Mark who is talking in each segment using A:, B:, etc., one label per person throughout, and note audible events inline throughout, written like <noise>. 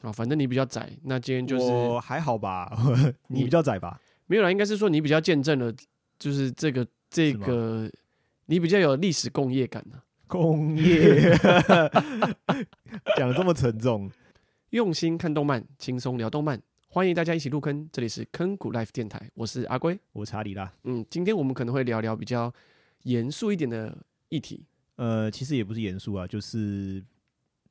A: 哦，反正你比较窄，那今天就是
B: 我还好吧，
A: <laughs>
B: 你
A: 你
B: 比较
A: <laughs>
B: 窄吧？
A: 没有啦，应该是说你比较见证了，就是这个这
B: 是吗
A: 个，你比较有历史共业感啊，<laughs>
B: 工业 <laughs> 讲的这么沉重，
A: 用心看动漫，轻松聊动漫，欢迎大家一起入坑，这里是坑谷 Life 电台，我是阿龟。
B: 我查理啦。
A: 嗯，今天我们可能会聊聊比较严肃一点的议题，
B: 呃，其实也不是严肃啊，就是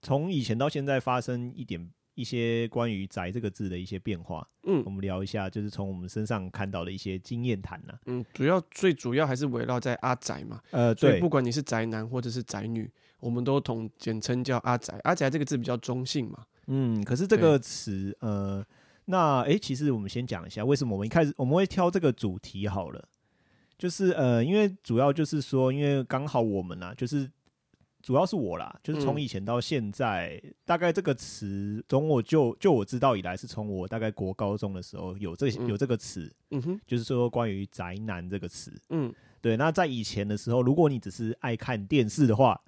B: 从以前到现在发生一点一些关于“宅”这个字的一些变化，
A: 嗯
B: 我们聊一下，就是从我们身上看到的一些经验谈啊呐。
A: 嗯，主要最主要还是围绕在阿宅嘛，
B: 呃，
A: 所以
B: 对
A: 不，管你是宅男或者是宅女，我们都统简称叫阿宅。阿宅这个字比较中性嘛，
B: 嗯，可是这个词，呃，那诶，其实我们先讲一下，为什么我们一开始我们会挑这个主题好了，就是呃，因为主要就是说，因为刚好我们啊，就是主要是我啦，就是从
A: 嗯
B: 以前到现在，大概这个词，从我就就我知道以来，是从我大概国高中的时候有这
A: 嗯
B: 有这个词，
A: 嗯哼，
B: 就是说关于宅男这个词，
A: 嗯，
B: 对，那在以前的时候，如果你只是爱看电视的话，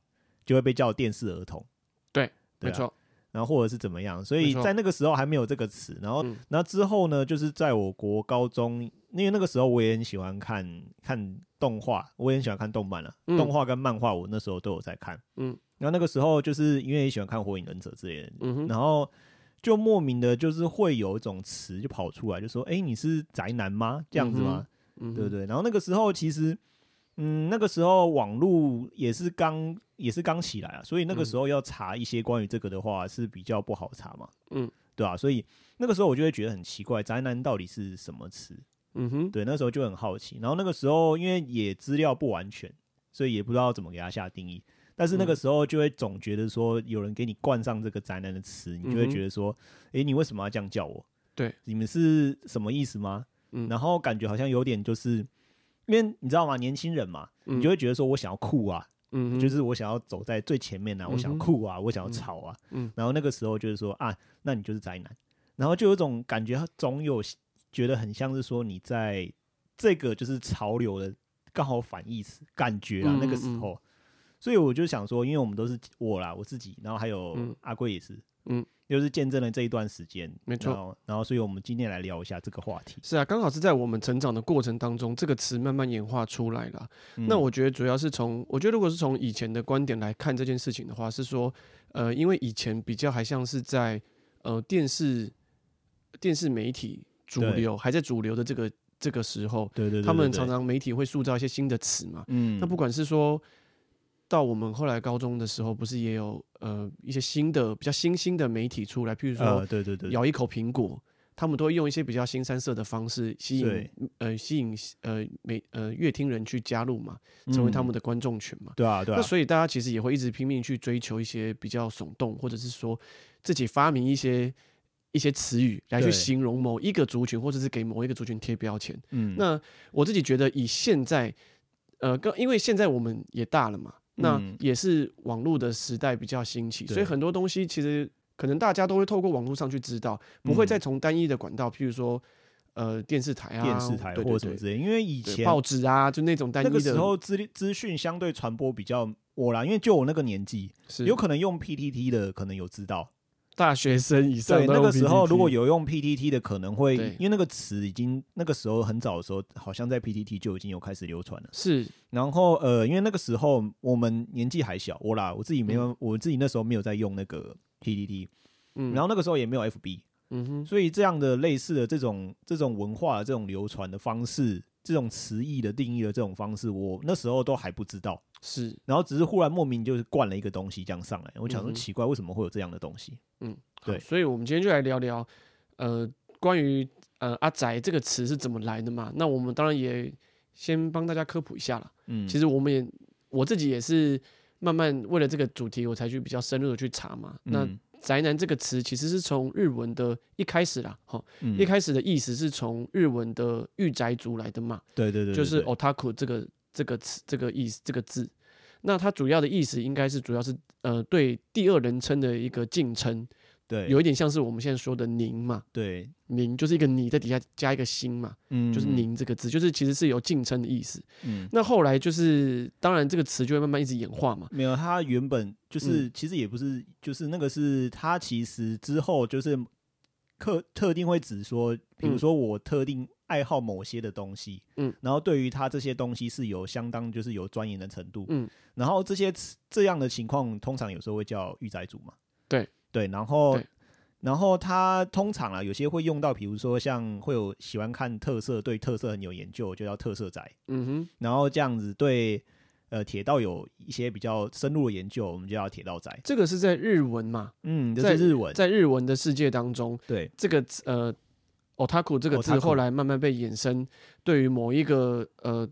B: 就会被叫电视儿童。
A: 对，
B: 对
A: 没
B: 啊
A: 错，
B: 然后或者是怎么样，所
A: 没
B: 以
A: 错
B: 在那个时候还没有这个词。然后
A: 嗯，
B: 那之后呢，就是在我国高中，因为那个时候我也很喜欢看看动画，我也很喜欢看动漫了、
A: 嗯
B: 动画跟漫画我那时候都有在看。
A: 嗯，
B: 然后那个时候就是因为也喜欢看《火影忍者》之类的，
A: 嗯哼，
B: 然后就莫名的就是会有一种词就跑出来，就说：“哎，你是宅男吗？”这样子吗？
A: 嗯哼
B: 对不对？然后那个时候其实，嗯，那个时候网络也是刚也是刚起来啊，所以
A: 嗯
B: 那个时候要查一些关于这个的话是比较不好查嘛，
A: 嗯，
B: 对啊，所以那个时候我就会觉得很奇怪，宅男到底是什么词？
A: 嗯哼，
B: 对，那时候就很好奇。然后那个时候因为也资料不完全，所以也不知道怎么给他下定义。但是那个
A: 嗯
B: 时候就会总觉得说，有人给你冠上这个宅男的词，你就会
A: 嗯哼
B: 觉得说，诶，你为什么要这样叫我？
A: 对，
B: 你们是什么意思吗？
A: 嗯
B: 然后感觉好像有点就是，因为你知道吗？年轻人嘛，
A: 嗯
B: 你就会觉得说我想要酷啊，
A: 嗯哼，
B: 就是我想要走在最前面啊，我想要
A: 嗯哼
B: 酷啊，我想要
A: 嗯
B: 吵啊。
A: 嗯
B: 然后那个时候就是说啊，那你就是宅男，然后就有一种感觉，总有觉得很像是说你在这个就是潮流的刚好反义词感觉啊，
A: 嗯
B: 那个时
A: 嗯嗯
B: 候，所以我就想说，因为我们都是我啦，我自己，然后还有
A: 嗯
B: 阿贵也是，
A: 嗯，
B: 就是见证了这一段时间，
A: 没错
B: 然后，然后所以我们今天来聊一下这个话题。
A: 是啊，刚好是在我们成长的过程当中，这个词慢慢演化出来了。那
B: 嗯
A: 我觉得主要是从，我觉得如果是从以前的观点来看这件事情的话，是说，呃，因为以前比较还像是在呃电视电视媒体主
B: 对
A: 流还在主流的这个这个时候，
B: 对对对，
A: 他们
B: 对
A: 常，常媒体会塑造一些新的词嘛。
B: 对嗯，
A: 那不管是说到我们后来高中的时候，不是也有呃一些新的比较新兴的媒体出来，譬如说、
B: 呃，对对对，
A: 咬一口苹果，他们都会用一些比较新三色的方式吸
B: 对
A: 引呃吸引呃每呃乐听人去加入嘛，成为他
B: 嗯
A: 们的观众群嘛。
B: 对啊对啊
A: 那，所以大家其实也会一直拼命去追求一些比较耸动，或者是说自己发明一些一些词语来去
B: 对
A: 形容某一个族群，或者是给某一个族群贴标签。
B: 嗯，
A: 那我自己觉得，以现在呃，跟因为现在我们也大了嘛，那
B: 嗯
A: 也是网络的时代比较兴起，所以
B: 对
A: 很多东西其实可能大家都会透过网络上去知道，不会
B: 嗯
A: 再从单一的管道，譬如说呃电视台啊、
B: 电视台
A: 对
B: 或
A: 对
B: 者什么
A: 对
B: 之类，因为以
A: 对
B: 前
A: 报纸啊，就那种单
B: 那
A: 一
B: 个
A: 的
B: 时，候资资讯相对传播比较我啦，因为就我那个年纪，
A: 是
B: 有可能用 PTT 的可能有知道。
A: 大学生以上
B: 对，
A: 都
B: 那个
A: 用
B: 时候
A: PPT
B: 如果有用 PTT 的，可能会
A: 对
B: 因为那个词已经那个时候很早的时候，好像在 PTT 就已经有开始流传了。
A: 是
B: 然后呃，因为那个时候我们年纪还小，我啦，我自己没有，我自己那时候没有在用那个 PTT，
A: 嗯，
B: 然
A: 后
B: 后那个时候也没有 FB，
A: 嗯哼
B: 所以这样的类似的这种这种文化、这种流传的方式、这种词义的定义的这种方式，我那时候都还不知道。
A: 是
B: 然后只是忽然莫名就是灌了一个东西这样上来，我想说
A: 嗯哼
B: 奇怪，为什么会有这样的东西？
A: 嗯好
B: 对
A: 所以我们今天就来聊聊，呃，关于呃“阿宅”这个词是怎么来的嘛？那我们当然也先帮大家科普一下啦。
B: 嗯，
A: 其实我们也我自己也是慢慢为了这个主题，我才去比较深入的去查嘛。那
B: 嗯
A: “宅男”这个词其实是从日文的一开始啦，哈、
B: 嗯
A: 一开始的意思是从日文的御宅族来的嘛，
B: 对对对，
A: 就
B: 对
A: 是哦
B: 对
A: “otaku” 这个这个词这个意思这个字。那它主要的意思应该是主要是呃对第二人称的一个敬称，
B: 对，
A: 有一点像是我们现在说的“您”嘛，“
B: 对，
A: 您”就是一个“你”在底下加一个“心”嘛，
B: 嗯，
A: 就是“您”这个字，就是其实是有竞争的意思。
B: 嗯，
A: 那后来就是，当然这个词就会慢慢一直演化嘛。嗯
B: 没有，他原本就是、其实也不是，就是那个是他其实之后就是特特定会指说，比如
A: 嗯
B: 说我特定爱好某些的东西，
A: 嗯，
B: 然后对于他这些东西是有相当就是有钻研的程度，
A: 嗯，
B: 然后这些词这样的情况通常有时候会叫御宅族嘛，
A: 对
B: 对，然后
A: 对。
B: 然后他通常啊，有些会用到，比如说像会有喜欢看特色，对特色很有研究，就叫特色宅。
A: 嗯哼，
B: 然后这样子对呃铁道有一些比较深入的研究，我们就叫铁道宅。
A: 这个是在日文嘛，
B: 嗯，这
A: 在
B: 是日文，
A: 在日文的世界当中，
B: 对
A: 这个字呃，otaku 这个字
B: otaku
A: 后来慢慢被衍生，对于某一个呃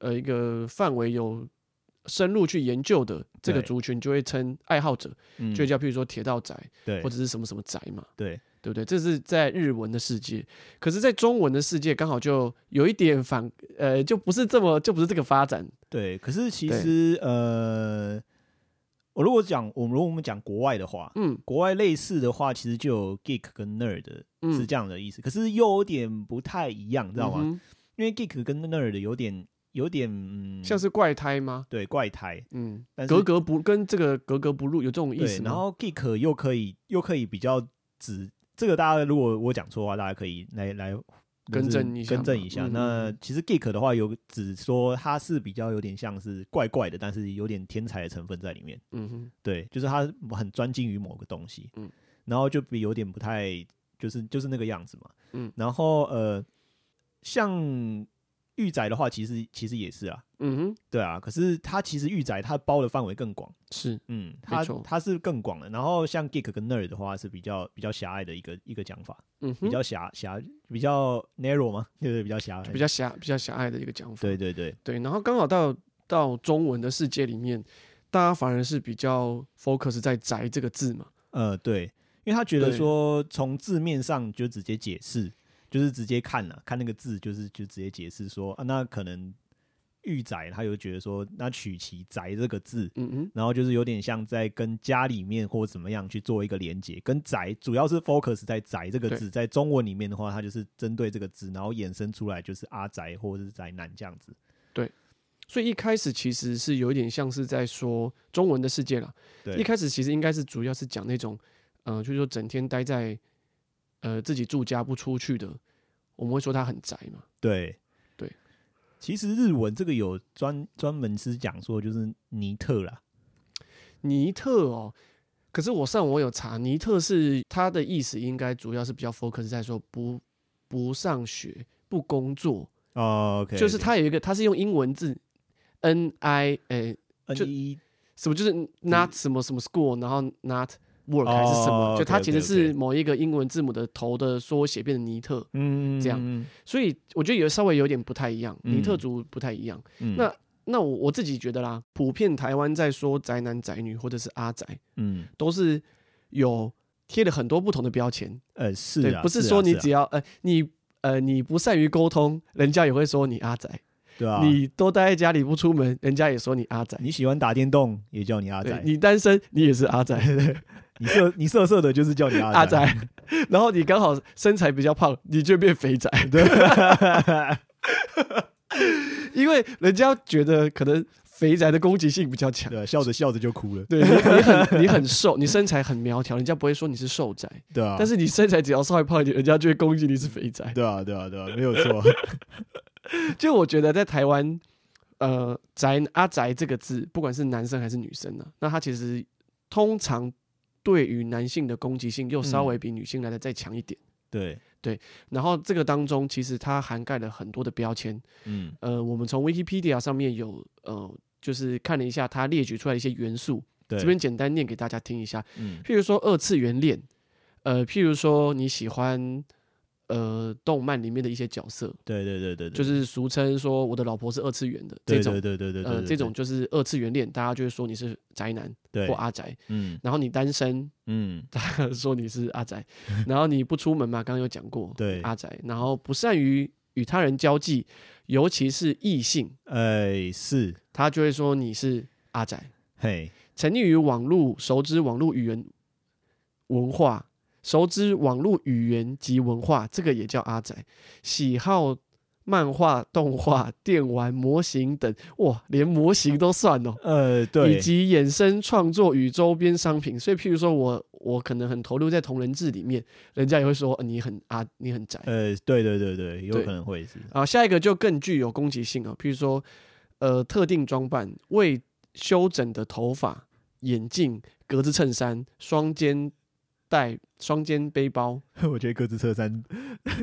A: 呃一个范围有深入去研究的这个
B: 对
A: 族群，就会称爱好者，
B: 嗯，
A: 就叫譬如说铁道宅
B: 对
A: 或者是什么什么宅嘛，
B: 对，
A: 对不对？这是在日文的世界，可是，在中文的世界刚好就有一点反，呃，就不是这么就不是这个发展，
B: 对。可是其实呃，我如果讲我们如果我们讲国外的话，
A: 嗯
B: 国外类似的话，其实就有 geek 跟 nerd 是
A: 嗯，
B: 这样的意思，可是又有点不太一样，你知道吗？
A: 嗯
B: 因为 geek 跟 nerd 有点有点、嗯
A: 哼像是怪胎吗？
B: 对怪胎，
A: 嗯，
B: 但是
A: 格格不跟这个格格不入有这种意
B: 对，
A: 思吗？
B: 然后 geek 又可以又可以比较指这个，大家如果我讲错的话，大家可以来来就是
A: 更正一下嘛
B: 更正一下。
A: 嗯
B: 那其实 geek 的话有指说它是比较有点像是怪怪的，但是有点天才的成分在里面。
A: 嗯哼，
B: 对，就是他很专精于某个东西，
A: 嗯，
B: 然后就比有点不太就是就是那个样子嘛，
A: 嗯，
B: 然后呃，像御宅的话，其实其实也是啊。
A: 嗯哼，
B: 对啊，可是它其实御宅它包的范围更广，
A: 是。
B: 嗯，它
A: 错
B: 它是更广的。然后像 geek 跟 nerd 的话是比较比较狭隘的一个一个讲法，
A: 嗯
B: 比
A: 哼，
B: 较狭狭比较 narrow <laughs> 嘛，对对，比较狭隘，
A: 比较狭比较狭隘的一个讲法。
B: 对对对
A: 对然后刚好到到中文的世界里面，大家反而是比较 focus 在“宅”这个字嘛。
B: 呃对，因为他觉得
A: 对
B: 说从字面上就直接解释，就是直接看了、看那个字，就是就直接解释说啊，那可能御宅他又觉得说那取其宅这个字。
A: 嗯嗯，
B: 然后就是有点像在跟家里面或怎么样去做一个连接，跟宅主要是 focus 在宅这个字，在中文里面的话，它就是针对这个字，然后衍生出来就是阿宅或者是宅男这样子。
A: 所以一开始其实是有一点像是在说中文的世界啦。
B: 对
A: 一开始其实应该是主要是讲那种，呃，就是说整天待在呃自己住家不出去的，我们会说他很宅嘛。
B: 对
A: 对，
B: 其实日文这个有专专门是讲说就是尼特啦，
A: 尼特哦，可是我上网有查，尼特是他的意思应该主要是比较 focus 在说不不上学、不工作，
B: 哦，OK，
A: 就是它有一个，它是用英文字 N I 诶、就
B: N E，一
A: 什么就是
B: 嗯
A: not 什么什么 school，然后 not work 还是什么，
B: 哦
A: 就它其实
B: OK，OK，OK
A: 是某一个英文字母的头的缩写变成尼特，
B: 嗯
A: 这样
B: 嗯
A: 所以我觉得有稍微有点不太一样，
B: 嗯
A: 尼特族不太一样。
B: 嗯
A: 那那我我自己觉得啦，普遍台湾在说宅男宅女或者是阿宅，
B: 嗯
A: 都是有贴了很多不同的标签，
B: 呃是
A: 对，
B: 啊，
A: 不是
B: 啊
A: 说你
B: 啊
A: 只要呃你呃你不善于沟通，人家也会说你阿宅。
B: 对啊，
A: 你都待在家里不出门，人家也说你阿宅。
B: 你喜欢打电动也叫你阿
A: 对
B: 宅，
A: 你单身，你也是阿宅，
B: 你色你色色的就是叫你
A: 阿
B: 阿
A: 宅。 <laughs> 然后你刚好身材比较胖，你就变肥 <laughs> 宅，
B: 对。
A: 因为人家觉得可能肥宅的攻击性比较强。
B: 对，笑着笑着就哭了，
A: 对你，你很你很瘦，你身材很苗条，人家不会说你是瘦宅，
B: 对啊，
A: 但是你身材只要稍微胖一点，人家就会攻击你是肥宅。
B: 对啊，对啊，对啊，没有错，
A: 就我觉得在台湾，呃，宅阿宅这个字，不管是男生还是女生呢、那它其实通常对于男性的攻击性又稍微比女性来的再强一点。
B: <laughs> 对，
A: 然后这个当中，其实它涵盖了很多的标签。
B: 嗯
A: 呃，我们从 Wikipedia 上面有呃，就是看了一下它列举出来的一些元素，
B: 对，
A: 这边简单念给大家听一下。
B: 嗯
A: 譬如说二次元恋，呃，譬如说你喜欢呃动漫里面的一些角色，
B: 对对对对对，
A: 就是俗称说我的老婆是二次元的
B: 对
A: 这种
B: 对。对对对
A: 呃，
B: 对，
A: 这种就是二次元恋，大家就会说你是宅男
B: 对
A: 或，阿
B: <laughs>
A: 宅，
B: 嗯
A: 然后你单身，
B: 嗯，
A: 说你是阿宅，然后你不出门嘛，刚刚有讲过，
B: 对
A: 阿宅，然后不善于与他人交际，尤其是异性，
B: 哎是，
A: 他就会说你是阿宅，
B: 嘿，
A: 沉溺于网络熟知网络语言文化，熟知网络语言及文化，这个也叫阿宅。喜好漫画、动画、电玩、模型等，哇，连模型都算哦。
B: 呃，
A: 以
B: 对，
A: 及衍生创作与周边商品，所以譬如说我我可能很投入在同人志里面，人家也会说、呃你很啊你很宅。
B: 呃，对对对对，有可能会是，
A: 啊，下一个就更具有攻击性哦，譬如说，呃，特定装扮、未修整的头发、眼镜、格子衬衫、双肩带、双肩背包，
B: 我觉得格子衬衫， <laughs>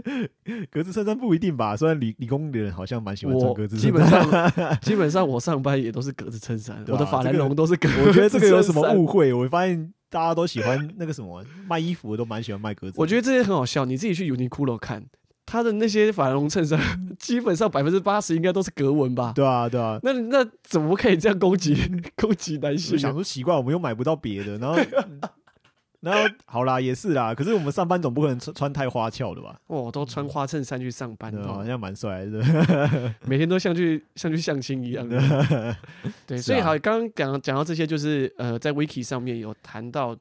B: 格子衬衫不一定吧，虽然理理工的人好像蛮喜欢穿格
A: 我
B: 子
A: 基
B: 衬
A: 本
B: 衫。
A: 上基本上我上班也都是格子衬衫，
B: 对
A: 我的
B: 啊
A: 法
B: 这
A: 兰
B: 个
A: 绒都是格子衬衫。
B: 我觉得这个有什么误会？我发现大家都喜欢那个什么卖衣服，都蛮喜欢卖格子。
A: 我觉得这些很好笑，你自己去 Uniqlo 看，他的那些法兰绒衬衫，基本上百分之八十应该都是格纹吧？
B: 嗯对啊，对啊。
A: 那那怎么可以这样攻击攻击男性
B: 就
A: 啊？
B: 想说奇怪，我们又买不到别的，然
A: <laughs>
B: 后，然后好啦，也是啦。可是我们上班总不可能穿穿太花俏的吧？
A: 哦，都穿花衬衫去上班
B: 对啊，好
A: 哦，
B: 像蛮帅的。 <laughs>
A: 每天都像去像去相亲一样的。对，
B: 是
A: 所以
B: 啊
A: 好，刚刚讲讲到这些，就是呃，在 Wiki 上面有谈到，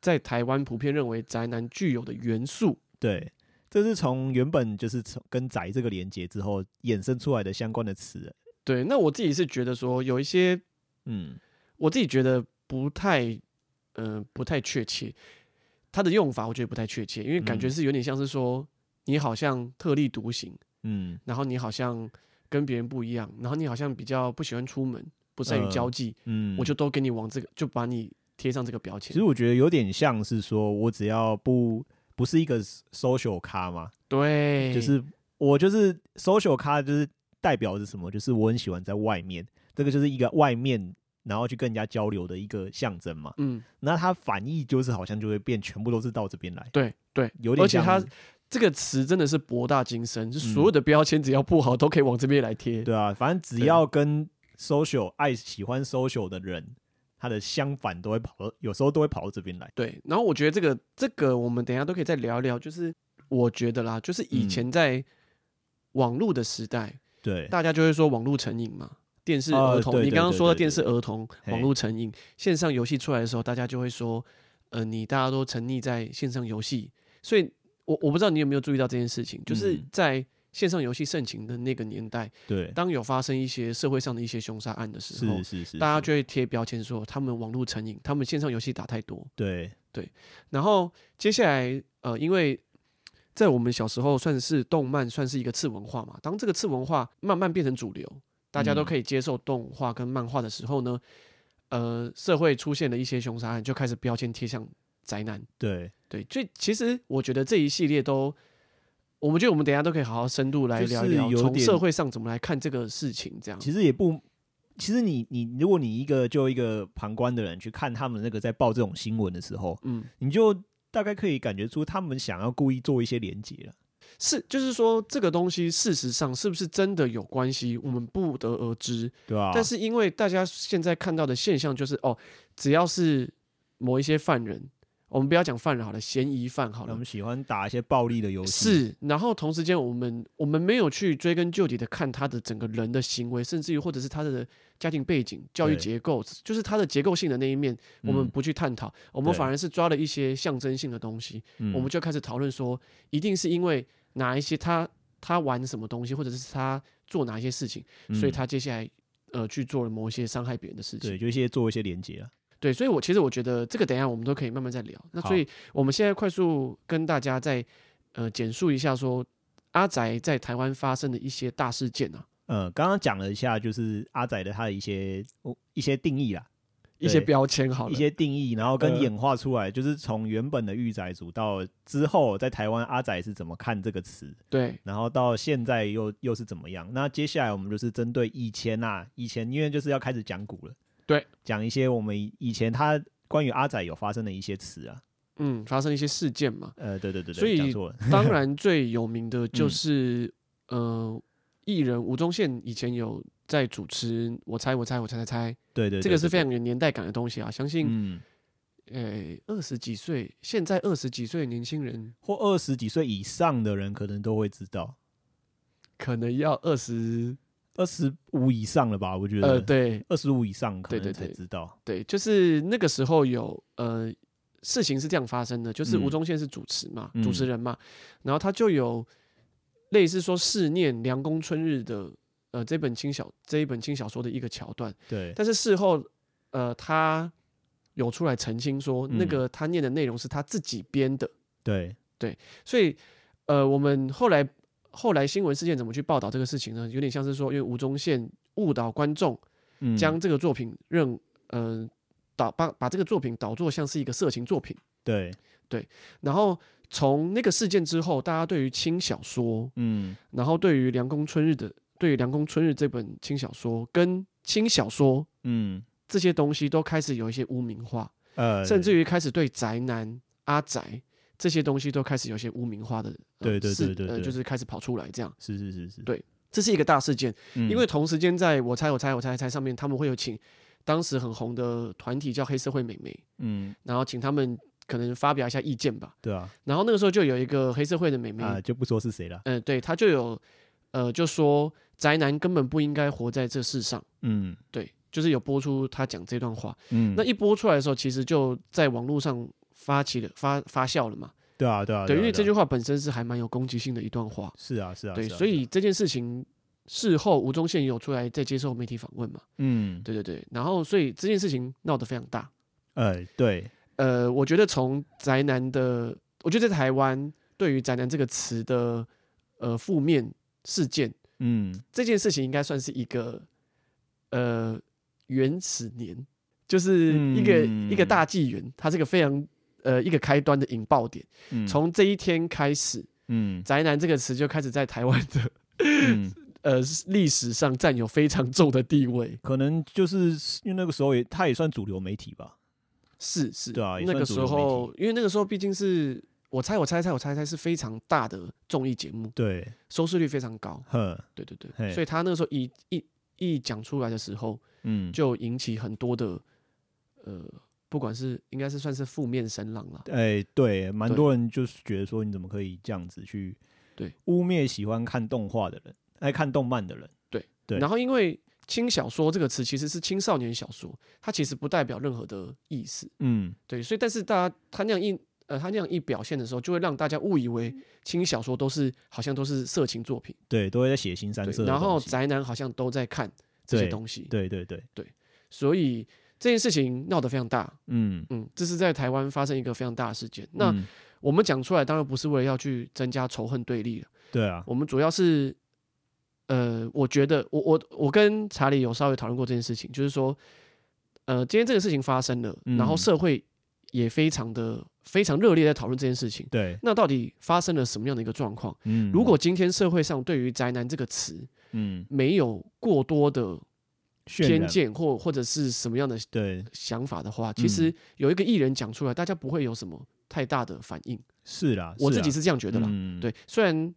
A: 在台湾普遍认为宅男具有的元素。
B: 对，这是从原本就是从跟宅这个连接之后衍生出来的相关的词。
A: 对，那我自己是觉得说，有一些
B: 嗯，
A: 我自己觉得不太，呃，不太确切。它的用法我觉得不太确切，因为感觉
B: 嗯
A: 是有点像是说，你好像特立独行，
B: 嗯，
A: 然后你好像跟别人不一样，然后你好像比较不喜欢出门，不善于
B: 嗯
A: 交际，
B: 嗯，
A: 我就都给你往这个，就把你贴上这个标
B: 其
A: 签
B: 实。我觉得有点像是说我只要不不是一个 social 咖嘛，
A: 对，
B: 就是我就是 social 咖，就是代表是什么？就是我很喜欢在外面，这个就是一个外面，然后去跟人家交流的一个象征嘛。
A: 嗯，
B: 那它反义就是好像就会变，全部都是到这边来，
A: 对对，
B: 有点
A: 而且
B: 像。嗯
A: 它这个词真的是博大精深，就所有的标签只要不好都可以往这边来贴。
B: 对啊，反正只
A: 对
B: 要跟 social 爱喜欢 social 的人，他的相反都会跑到，有时候都会跑到这边来。
A: 对，然后我觉得这个这个我们等一下都可以再聊一聊，就是我觉得啦，就是以
B: 嗯
A: 前在网络的时代，
B: 对，
A: 大家就会说网络成瘾嘛。电视
B: 哦
A: 儿童，
B: 对
A: 你
B: 对
A: 刚刚
B: 对
A: 说的
B: 对
A: 电视
B: 对
A: 儿童
B: 嘿
A: 网络成瘾，线上游戏出来的时候，大家就会说，呃，你大家都沉溺在线上游戏，所以我我不知道你有没有注意到这件事情，就是
B: 嗯
A: 在线上游戏盛行的那个年代，
B: 对，
A: 当有发生一些社会上的一些凶杀案的时候
B: 是，是是，
A: 大家
B: 是
A: 就会贴标签说他们网络成瘾，他们线上游戏打太多，
B: 对，
A: 然后接下来，呃，因为在我们小时候算是动漫算是一个次文化嘛，当这个次文化慢慢变成主流，大家都
B: 嗯
A: 可以接受动画跟漫画的时候呢，呃，社会出现了一些凶杀案，就开始标签贴向宅男。
B: 对，
A: 对，所以其实我觉得这一系列都，我们觉得我们等一下都可以好好深度来
B: 就是
A: 聊一聊，
B: 有
A: 从
B: 点
A: 社会上怎么来看这个事情，这样。
B: 其实也不，其实你你如果你一个就一个旁观的人去看他们那个在报这种新闻的时候，
A: 嗯，
B: 你就大概可以感觉出他们想要故意做一些连接了。
A: 是，就是说这个东西事实上是不是真的有关系，我们不得而知。
B: 对啊，
A: 但是因为大家现在看到的现象就是，哦，只要是某一些犯人，我们不要讲犯人好了，嫌疑犯好
B: 我
A: 了
B: 们，喜欢打一些暴力的游戏，
A: 是。然后同时间，我们我们没有去追根究底的看他的整个人的行为，甚至于或者是他的家庭背景、教育
B: 对
A: 结构，就是他的结构性的那一面，我们
B: 嗯
A: 不去探讨，我们
B: 对
A: 反而是抓了一些象征性的东西，
B: 嗯
A: 我们就开始讨论说，一定是因为哪一些他他玩什么东西，或者是他做哪一些事情，所以
B: 嗯
A: 他接下来呃去做了某一些伤害别人的事情。
B: 对，就一些做一些连接了。
A: 对，所以我其实我觉得这个等一下我们都可以慢慢再聊。那
B: 好
A: 所以我们现在快速跟大家再呃简述一下说阿宅在台湾发生的一些大事件啊，
B: 呃，刚刚讲了一下，就是阿仔的他的一些哦一些定义啦，
A: 一些
B: 对
A: 标签好了，
B: 一些定义，然后跟
A: 呃
B: 演化出来，就是从原本的御宅族到之后在台湾阿仔是怎么看这个词，
A: 对
B: 然后到现在又又是怎么样？那接下来我们就是针对以前啊，以前因为就是要开始讲古了，
A: 对，
B: 讲一些我们以以前他关于阿仔有发生的一些词啊，。
A: 嗯发生一些事件嘛
B: 呃，对对对对，
A: 所以
B: 讲错了， <laughs>
A: 当然最有名的就
B: 嗯
A: 是、呃艺人吴宗宪以前有在主持我猜我猜我猜猜猜，
B: 对对对
A: 这个是
B: 对
A: 非
B: 对
A: 常有年代感的东西啊，相信
B: 嗯，
A: 呃二十几岁现在二十几岁的年轻人
B: 或二十几岁以上的人可能都会知道，
A: 可能要二十
B: 二十五以上了吧？我觉得，
A: 呃对
B: 二十五以上可
A: 对对
B: 能才
A: 对
B: 知道。
A: 对，就是那个时候有呃事情是这样发生的，就是吴
B: 嗯
A: 宗宪是主持嘛，
B: 嗯
A: 主持人嘛，然后他就有类似说试念《凉宫春日》的呃这本轻小这一本轻小说的一个桥段，
B: 对，
A: 但是事后呃他有出来澄清说，
B: 嗯
A: 那个他念的内容是他自己编的，
B: 对，
A: 所以呃我们后来后来新闻事件怎么去报道这个事情呢？有点像是说，因为吴宗宪误导观众。
B: 嗯
A: 将这个作品认嗯、呃、导把把这个作品导作像是一个色情作品，
B: 对，
A: 然后从那个事件之后，大家对于轻小说，
B: 嗯
A: 然后对于梁公春日的对于梁公春日这本轻小说跟轻小说
B: 嗯
A: 这些东西都开始有一些污名化，
B: 呃，
A: 甚至于开始对宅男阿宅。这些东西都开始有一些污名化的，呃
B: 对对
A: 事
B: 对对
A: 呃，
B: 对
A: 就是开始跑出来这样，
B: 是是是是，
A: 对这是一个大事件。
B: 嗯，
A: 因为同时间在我猜我猜我猜猜上面，他们会有请当时很红的团体叫黑社会美眉，
B: 嗯，
A: 然后请他们可能发表一下意见吧。
B: 对啊，
A: 然后那个时候就有一个黑社会的美眉，
B: 啊，就不说是谁了，
A: 嗯、对，她就有呃就说宅男根本不应该活在这世上，
B: 嗯
A: 对，就是有播出她讲这段话。
B: 嗯，
A: 那一播出来的时候，其实就在网络上发起了发发酵了嘛，
B: 对啊对啊，
A: 对，
B: 啊
A: 因为这
B: 啊
A: 句话本身是还蛮有攻击性的一段话，
B: 是啊是啊，
A: 对，
B: 是啊
A: 所
B: 是啊
A: 以这件事情。事后，吴宗宪有出来再接受媒体访问嘛？
B: 嗯，
A: 对对对，然后所以这件事情闹得非常大，
B: 哎对，
A: 呃，我觉得从宅男的，我觉得在台湾对于宅男这个词的呃负面事件，
B: 嗯
A: 这件事情应该算是一个呃原始年，就是一个、一个
B: 嗯
A: 大纪元，它是一个非常呃一个开端的引爆点。
B: 嗯
A: 从这一天开始，
B: 嗯
A: 宅男这个词就开始在台湾的
B: 嗯，
A: 呃历史上占有非常重的地位。
B: 可能就是因为那个时候也他也算主流媒体吧，
A: 是是，
B: 对啊也
A: 那
B: 算
A: 个
B: 主
A: 时
B: 流媒
A: 候，因为那个时候毕竟是我猜我猜猜我猜猜是非常大的综艺节目。
B: 对，
A: 收视率非常高，
B: 哼，
A: 对对对，
B: 嘿
A: 所以他那个时候一一一讲出来的时候，
B: 嗯，
A: 就引起很多的呃，不管是应该是算是负面声浪了，
B: 哎对，蛮
A: 对
B: 多人就是觉得说你怎么可以这样子去
A: 对
B: 污蔑喜欢看动画的人，爱看动漫的人，对
A: 然后因为轻小说这个词其实是青少年小说，它其实不代表任何的意思，
B: 嗯
A: 对，所以但是大家他那样一呃他那样一表现的时候，就会让大家误以为
B: 嗯
A: 轻小说都是好像都是色情作品，
B: 对，都会在写新三色
A: 对，
B: 的
A: 然后
B: 东西，
A: 宅男好像都在嗯看这些
B: 对
A: 东西，
B: 对对对，
A: 所以这件事情闹得非常大，
B: 嗯，
A: 嗯，这是在台湾发生一个非常大的事件。那、
B: 嗯
A: 我们讲出来，当然不是为了要去增加仇恨对立了。
B: 对啊，
A: 我们主要是，呃，我觉得我我我跟查理有稍微讨论过这件事情，就是说，呃，今天这个事情发生了，然后
B: 嗯
A: 社会也非常的非常热烈在讨论这件事情。
B: 对，
A: 那到底发生了什么样的一个状况？
B: 嗯，
A: 如果今天社会上对于“宅男”这个词
B: 嗯
A: 没有过多的
B: 渲
A: 偏
B: 染，嗯
A: 见或或者是什么样的
B: 对，
A: 想法的话，其实有一个艺人讲出来，大家不会有什么太大的反应。
B: 是啦，
A: 我自己
B: 是
A: 是这样觉
B: 觉
A: 得啦。
B: 嗯、
A: 对，虽然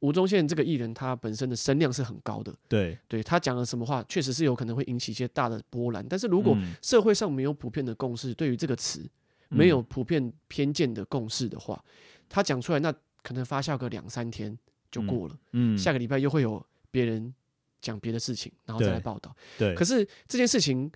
A: 吴宗宪这个艺人他本身的声量是很高的，
B: 对，
A: 对他讲了什么话，确实是有可能会引起一些大的波澜。但是如果
B: 嗯
A: 社会上没有普遍的共识，对于这个词没有普遍偏见的共识的话，他讲出来那可能发酵个两三天就过了，
B: 嗯，
A: 下个礼拜又会有别人讲别的事情，然后再来
B: 对
A: 报道。
B: 对，
A: 可是这件事情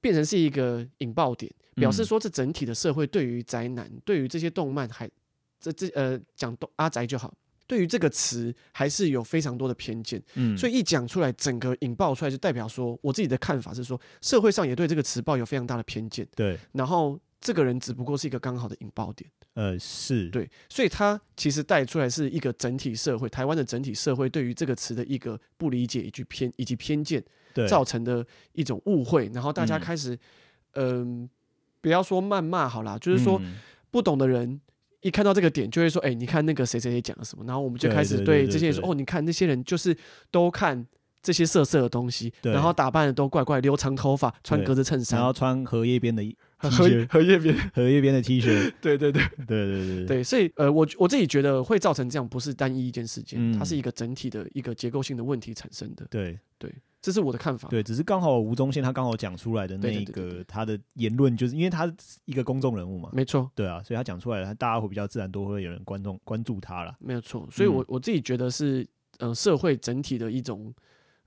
A: 变成是一个引爆点，表示
B: 嗯
A: 说这整体的社会对于宅男，对于这些动漫还这这呃讲动阿宅就好，对于这个词还是有非常多的偏见，
B: 嗯，
A: 所
B: 以
A: 以一讲出来，整个引爆出来就代表说我自己的看法是说，社会上也对这个词抱有非常大的偏见，
B: 对，
A: 然后这个人只不过是一个刚好的引爆点，
B: 呃，是，，
A: 对，所以他其实带出来是一个整体社会，台湾的整体社会对于这个词的一个不理解以及偏以及偏见。
B: 对，
A: 造成的一种误会，然后大家
B: 嗯
A: 开始，嗯、不要说谩骂好啦，就是说
B: 嗯
A: 不懂的人一看到这个点就会说，哎、你看那个谁谁谁讲了什么，然后我们就
B: 对
A: 开始
B: 对
A: 对
B: 对
A: 这些人说，
B: 对
A: 哦，你看那些人就是都看这些色色的东西，
B: 对
A: 然后打扮的都怪怪，留长头发，穿
B: 对
A: 格子衬
B: 然
A: 衫，
B: 后穿荷叶边的衣 T
A: <laughs> 荷
B: 恤，
A: 荷叶边，
B: 荷叶边的
A: <laughs>
B: T 恤，
A: 对对对
B: 对对对，
A: 对，所以呃，我我自己觉得会造成这样，不是单一一件事件，它
B: 嗯
A: 是一个整体的一个结构性的问题产生的，
B: 对
A: 对，这是我的看法，
B: 对，只是刚好吴宗宪他刚好讲出来的那
A: 对对
B: 一
A: 对对对
B: 个他的言论，就是因为他是一个公众人物嘛，
A: 没错。
B: 对啊，所以他讲出来，他大家会比较自然多会有人观众关注他啦。
A: 没有错，所以
B: 嗯
A: 我，我、自己觉得是，呃，社会整体的一种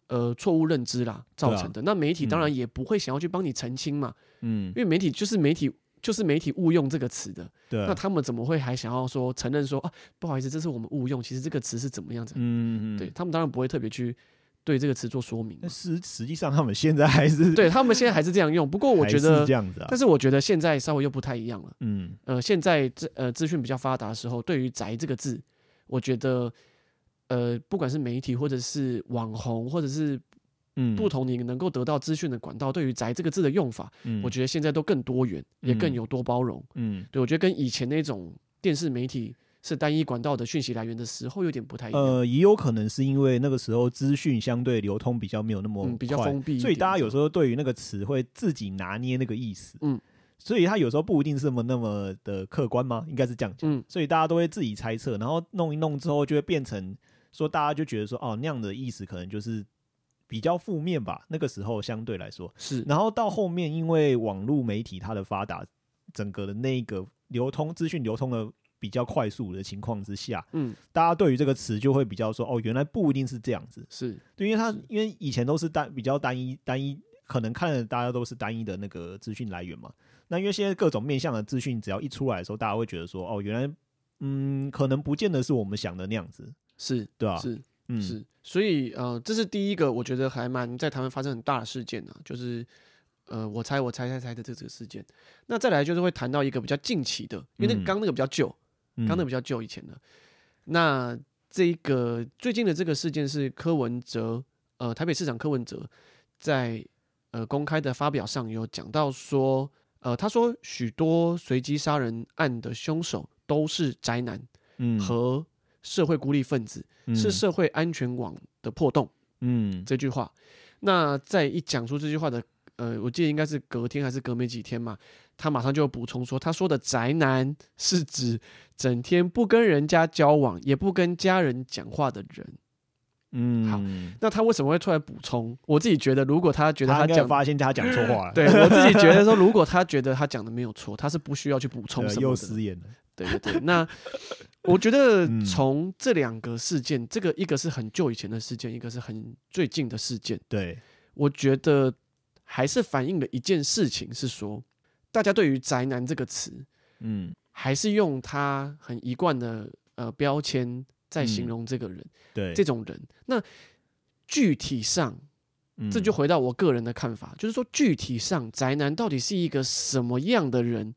A: 呃错误认
B: 啊
A: 知啦造成的。那媒体当然也不会想要去帮你澄清嘛，
B: 嗯
A: 因为媒体就是媒体就是媒体误用这个词的，
B: 对，
A: 那他们怎么会还想要说承认说啊，不好意思，这是我们误用，其实这个词是怎么样子？
B: 嗯，嗯嗯
A: 对他们当然不会特别去对这个词做说明嘛
B: 那。实实际上他们现在还是，
A: 对他们现在还是这样用，不过我
B: 还
A: 觉
B: 是
A: 得
B: 这，样子啊
A: 但，是我觉得现在稍微又不太一样了。
B: 嗯
A: 呃，现在资呃资讯比较发达的时候，对于“宅”这个字，我觉得呃，不管是媒体或者是网红，或者是
B: 嗯，
A: 不同你能够得到资讯的管道，对于“宅”这个字的用法，
B: 嗯，
A: 我觉得现在都更多元，也更
B: 嗯
A: 有多包容。
B: 嗯
A: 对我觉得跟以前那种电视媒体是单一管道的讯息来源的时候有点不太一样。
B: 呃，也有可能是因为那个时候资讯相对流通比较没有那么快、
A: 嗯比较封闭一
B: 所以
A: 点
B: 大家有
A: 这
B: 时候对于那个词会自己拿捏那个意思，
A: 嗯，
B: 所以他有时候不一定是那么那么的客观吗？应该是这样讲，
A: 嗯
B: 所以大家都会自己猜测，然后弄一弄之后就会变成说，大家就觉得说，哦，那样的意思可能就是比较负面吧，那个时候相对来说，
A: 是，
B: 然后到后面，因为网络媒体它的发达，整个的那个流通资讯流通的比较快速的情况之下，
A: 嗯
B: 大家对于这个词就会比较说，哦，原来不一定是这样子，
A: 是，
B: 对，因为它
A: 是
B: 因为以前都是单比较单一单一，可能看的大家都是单一的那个资讯来源嘛。那因为现在各种面向的资讯，只要一出来的时候，大家会觉得说，哦，原来嗯，可能不见得是我们想的那样子，
A: 是
B: 对吧、
A: 是
B: 嗯，
A: 是，所以呃，这是第一个，我觉得还蛮在台湾发生很大的事件啊，就是呃，我猜我猜猜猜的这这个事件。那再来就是会谈到一个比较近期的，因为那
B: 嗯
A: 个刚那个比较旧，
B: 嗯，
A: 刚那个比较旧以前的。那这个最近的这个事件是柯文哲，呃，台北市长柯文哲在呃公开的发表上有讲到说，呃，他说许多随机杀人案的凶手都是宅男
B: 嗯
A: 和社会孤立分子。是
B: 嗯
A: 社会安全网的破洞
B: 嗯
A: 这句话。那在一讲出这句话的，呃，我记得应该是隔天还是隔没几天嘛，他马上就补充说，他说的宅男是指整天不跟人家交往，也不跟家人讲话的人。
B: 嗯
A: 好那他为什么会突然补充？我自己觉得，如果他觉得
B: 他应该
A: 讲
B: 有，发现他讲错
A: <laughs>
B: 话了，
A: 对我自己觉得说，如果他觉得他讲的没有错，他是不需要去补充
B: 呃
A: 什么
B: 又
A: 的。
B: 失言了。
A: 对对对，那我觉得
B: 嗯
A: 从这两个事件，这个一个是很久以前的事件，一个是很最近的事件，
B: 对，
A: 我觉得还是反映了一件事情，是说大家对于“宅男”这个词，
B: 嗯
A: 还是用他很一贯的呃标签在
B: 嗯
A: 形容这个人、，
B: 对，
A: 这种人。那具体上，
B: 嗯
A: 这就回到我个人的看法，就是说具体上，宅男到底是一个什么样的人？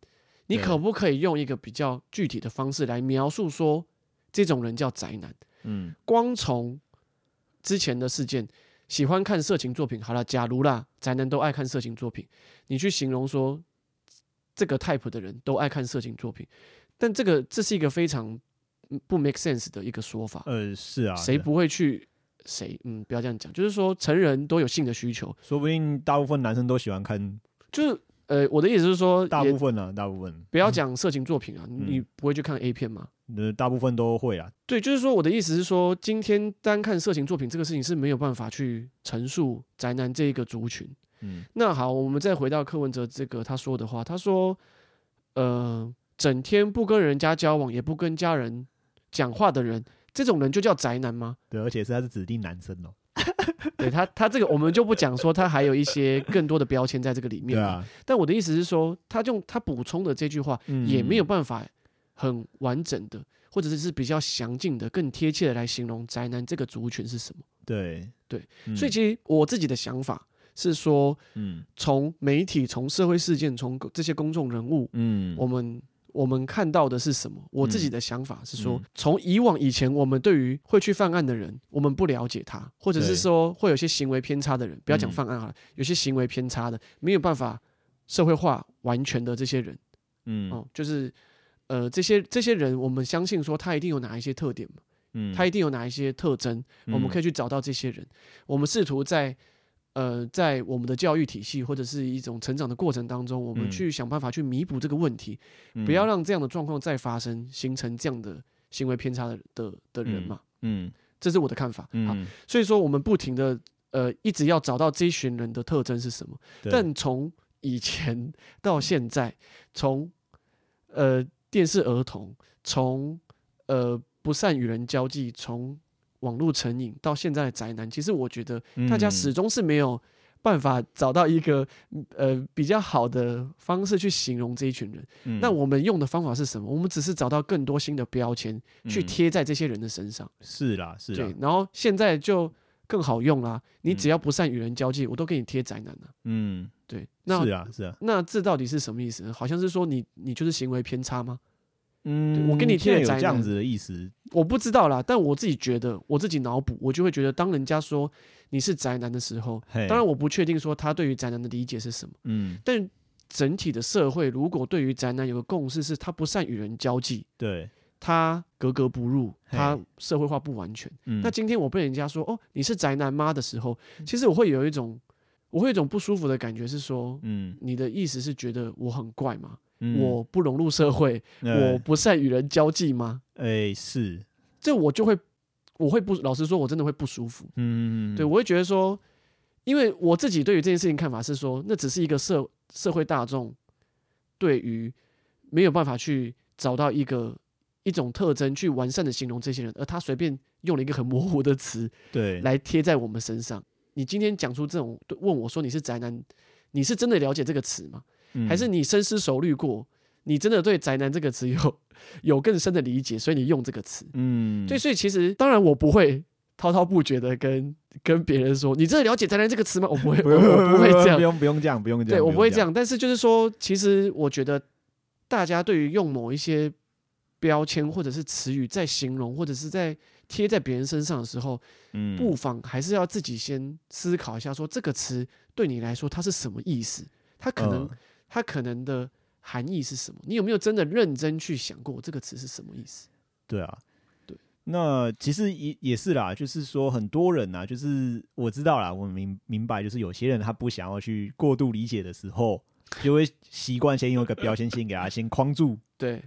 A: 你
B: 对
A: 可不可以用一个比较具体的方式来描述说这种人叫宅男？
B: 嗯
A: 光从之前的事件，喜欢看色情作品，好了，假如啦，宅男都爱看色情作品，你去形容说这个 type 的人都爱看色情作品，但这个这是一个非常嗯不 make sense 的一个说法，
B: 呃是啊，
A: 谁
B: 对
A: 不会去谁？嗯，不要这样讲，就是说成人都有性的需求，
B: 说不定大部分男生都喜欢看，
A: 就是呃，我的意思是说，
B: 大
A: 也
B: 部分嗯啊，大部分，
A: 不要讲色情作品啊，你不会去看 A 片吗？
B: 呃，大部分都会啊，
A: 对，就是说，我的意思是说，今天单看色情作品这个事情是没有办法去陈述宅男这一个族群。
B: 嗯
A: 那好，我们再回到柯文哲这个他说的话，他说，呃，整天不跟人家交往，也不跟家人讲话的人，这种人就叫宅男吗？ <laughs>
B: 对，而且是他是指定男生哦，
A: 对他，他这个我们就不讲说他还有一些更多的标签在这个里
B: 对
A: 面。、
B: 啊，
A: 但我的意思是说，他用他补充的这句话，
B: 嗯
A: 也没有办法很完整的，或者是是比较详尽的、更贴切的来形容宅男这个族群是什么。
B: 对
A: 对，
B: 嗯
A: 所以其实我自己的想法是说，
B: 嗯
A: 从媒体、从社会事件、从这些公众人物，
B: 嗯，
A: 我们我们看到的是什么？我自己
B: 嗯
A: 的想法是说
B: 嗯，
A: 从以往以前，我们对于会去犯案的人，我们不了解他，或者
B: 对
A: 是说会有些行为偏差的人，不要讲
B: 嗯
A: 犯案好了，有些行为偏差的没有办法社会化完全的这些人。
B: 嗯
A: 哦，就是呃，这些这些人，我们相信说他一定有哪一些特点嘛，
B: 嗯，
A: 他一定有哪一些特征，我们可
B: 以
A: 以去找到这些人。我们试图在呃，在我们的教育体系或者是一种成长的过程当中，我们
B: 嗯
A: 去想办法去弥补这个问题，不要让这样的状况再发生，形成这样的行为偏差的的的人嘛。
B: 嗯
A: 这是我的看法。好，
B: 嗯，
A: 所以说我们不停的呃，一直要找到这一群人的特征是什么。
B: 对
A: 但从以前 <laughs> 到现在，从呃电视儿童，从呃不善与人交际，从网络成瘾到现在的宅男，其实我觉得大家
B: 嗯
A: 始终是没有办法找到一个呃比较好的方式去形容这一群人。
B: 嗯
A: 那我们用的方法是什么？我们只是找到更多新的标签去
B: 嗯
A: 贴在这些人的身上。
B: 是啦是啦
A: 对，，然后现在就更好用啦。你只
B: 嗯
A: 要不善与人交际，我都给你贴宅男了。
B: 嗯，
A: 对，那
B: 是啊是啊，
A: 那这到底是什么意思？好像是说你你就是行为偏差吗？
B: 嗯，
A: 我跟你贴
B: 现在
A: 的
B: 有
A: 宅
B: 这样
A: 男
B: 子的意思，
A: 我不知道啦，但我自己觉得，我自己脑补，我就会觉得，当人家说你是宅男的时候，
B: 嘿
A: 当然我不确定说他对于宅男的理解是什么，
B: 嗯
A: 但整体的社会如果对于宅男有个共识是他不善与人交际，
B: 对，
A: 他格格不入，
B: 嘿
A: 他社会化不完全。
B: 嗯
A: 那今天我被人家说哦你是宅男吗的时候，其实我会有一种我会有一种不舒服的感觉，是说
B: 嗯
A: 你的意思是觉得我很怪吗？
B: 嗯
A: 我不融入社会，
B: 呃
A: 我不善与人交际吗？
B: 哎是
A: 这我就会，我会不，老实说，我真的会不舒服。
B: 嗯
A: 对我会觉得说，因为我自己对于这件事情看法是说，那只是一个社社会大众对于没有办法去找到一个一种特征去完善的形容这些人，而他随便用了一个很模糊的词
B: 对
A: 来贴在我们身上。你今天讲出这种对问我说你是宅男，你是真的了解这个词吗？还是
B: 嗯
A: 你深思熟虑过，你真的对“宅男”这个词有 <laughs> 有更深的理解，所以你用这个词。
B: 嗯
A: 对，所以其实当然我不会滔滔不绝的跟跟别人说，你真的了解“宅男”这个词吗？我
B: <laughs>
A: 不会， <laughs> 我我不会这
B: 不
A: 样，
B: 用不用这样，不用这样，
A: 对我不会这
B: 这样，
A: 样。但是就是说，其实我觉得大家对于用某一些标签或者是词语在形容或者是在贴在别人身上的时候，
B: 嗯
A: 不妨还是要自己先思考一下，说这个词对你来说它是什么意思？它可能
B: 嗯
A: 它可能的含义是什么？你有没有真的认真去想过这个词是什么意思？
B: 对啊，
A: 对。
B: 那其实也也是啦，就是说很多人呐、啊，就是我知道啦，我明明白，就是有些人他不想要去过度理解的时候，就会习惯先用一个标签先给他先框住。
A: 对，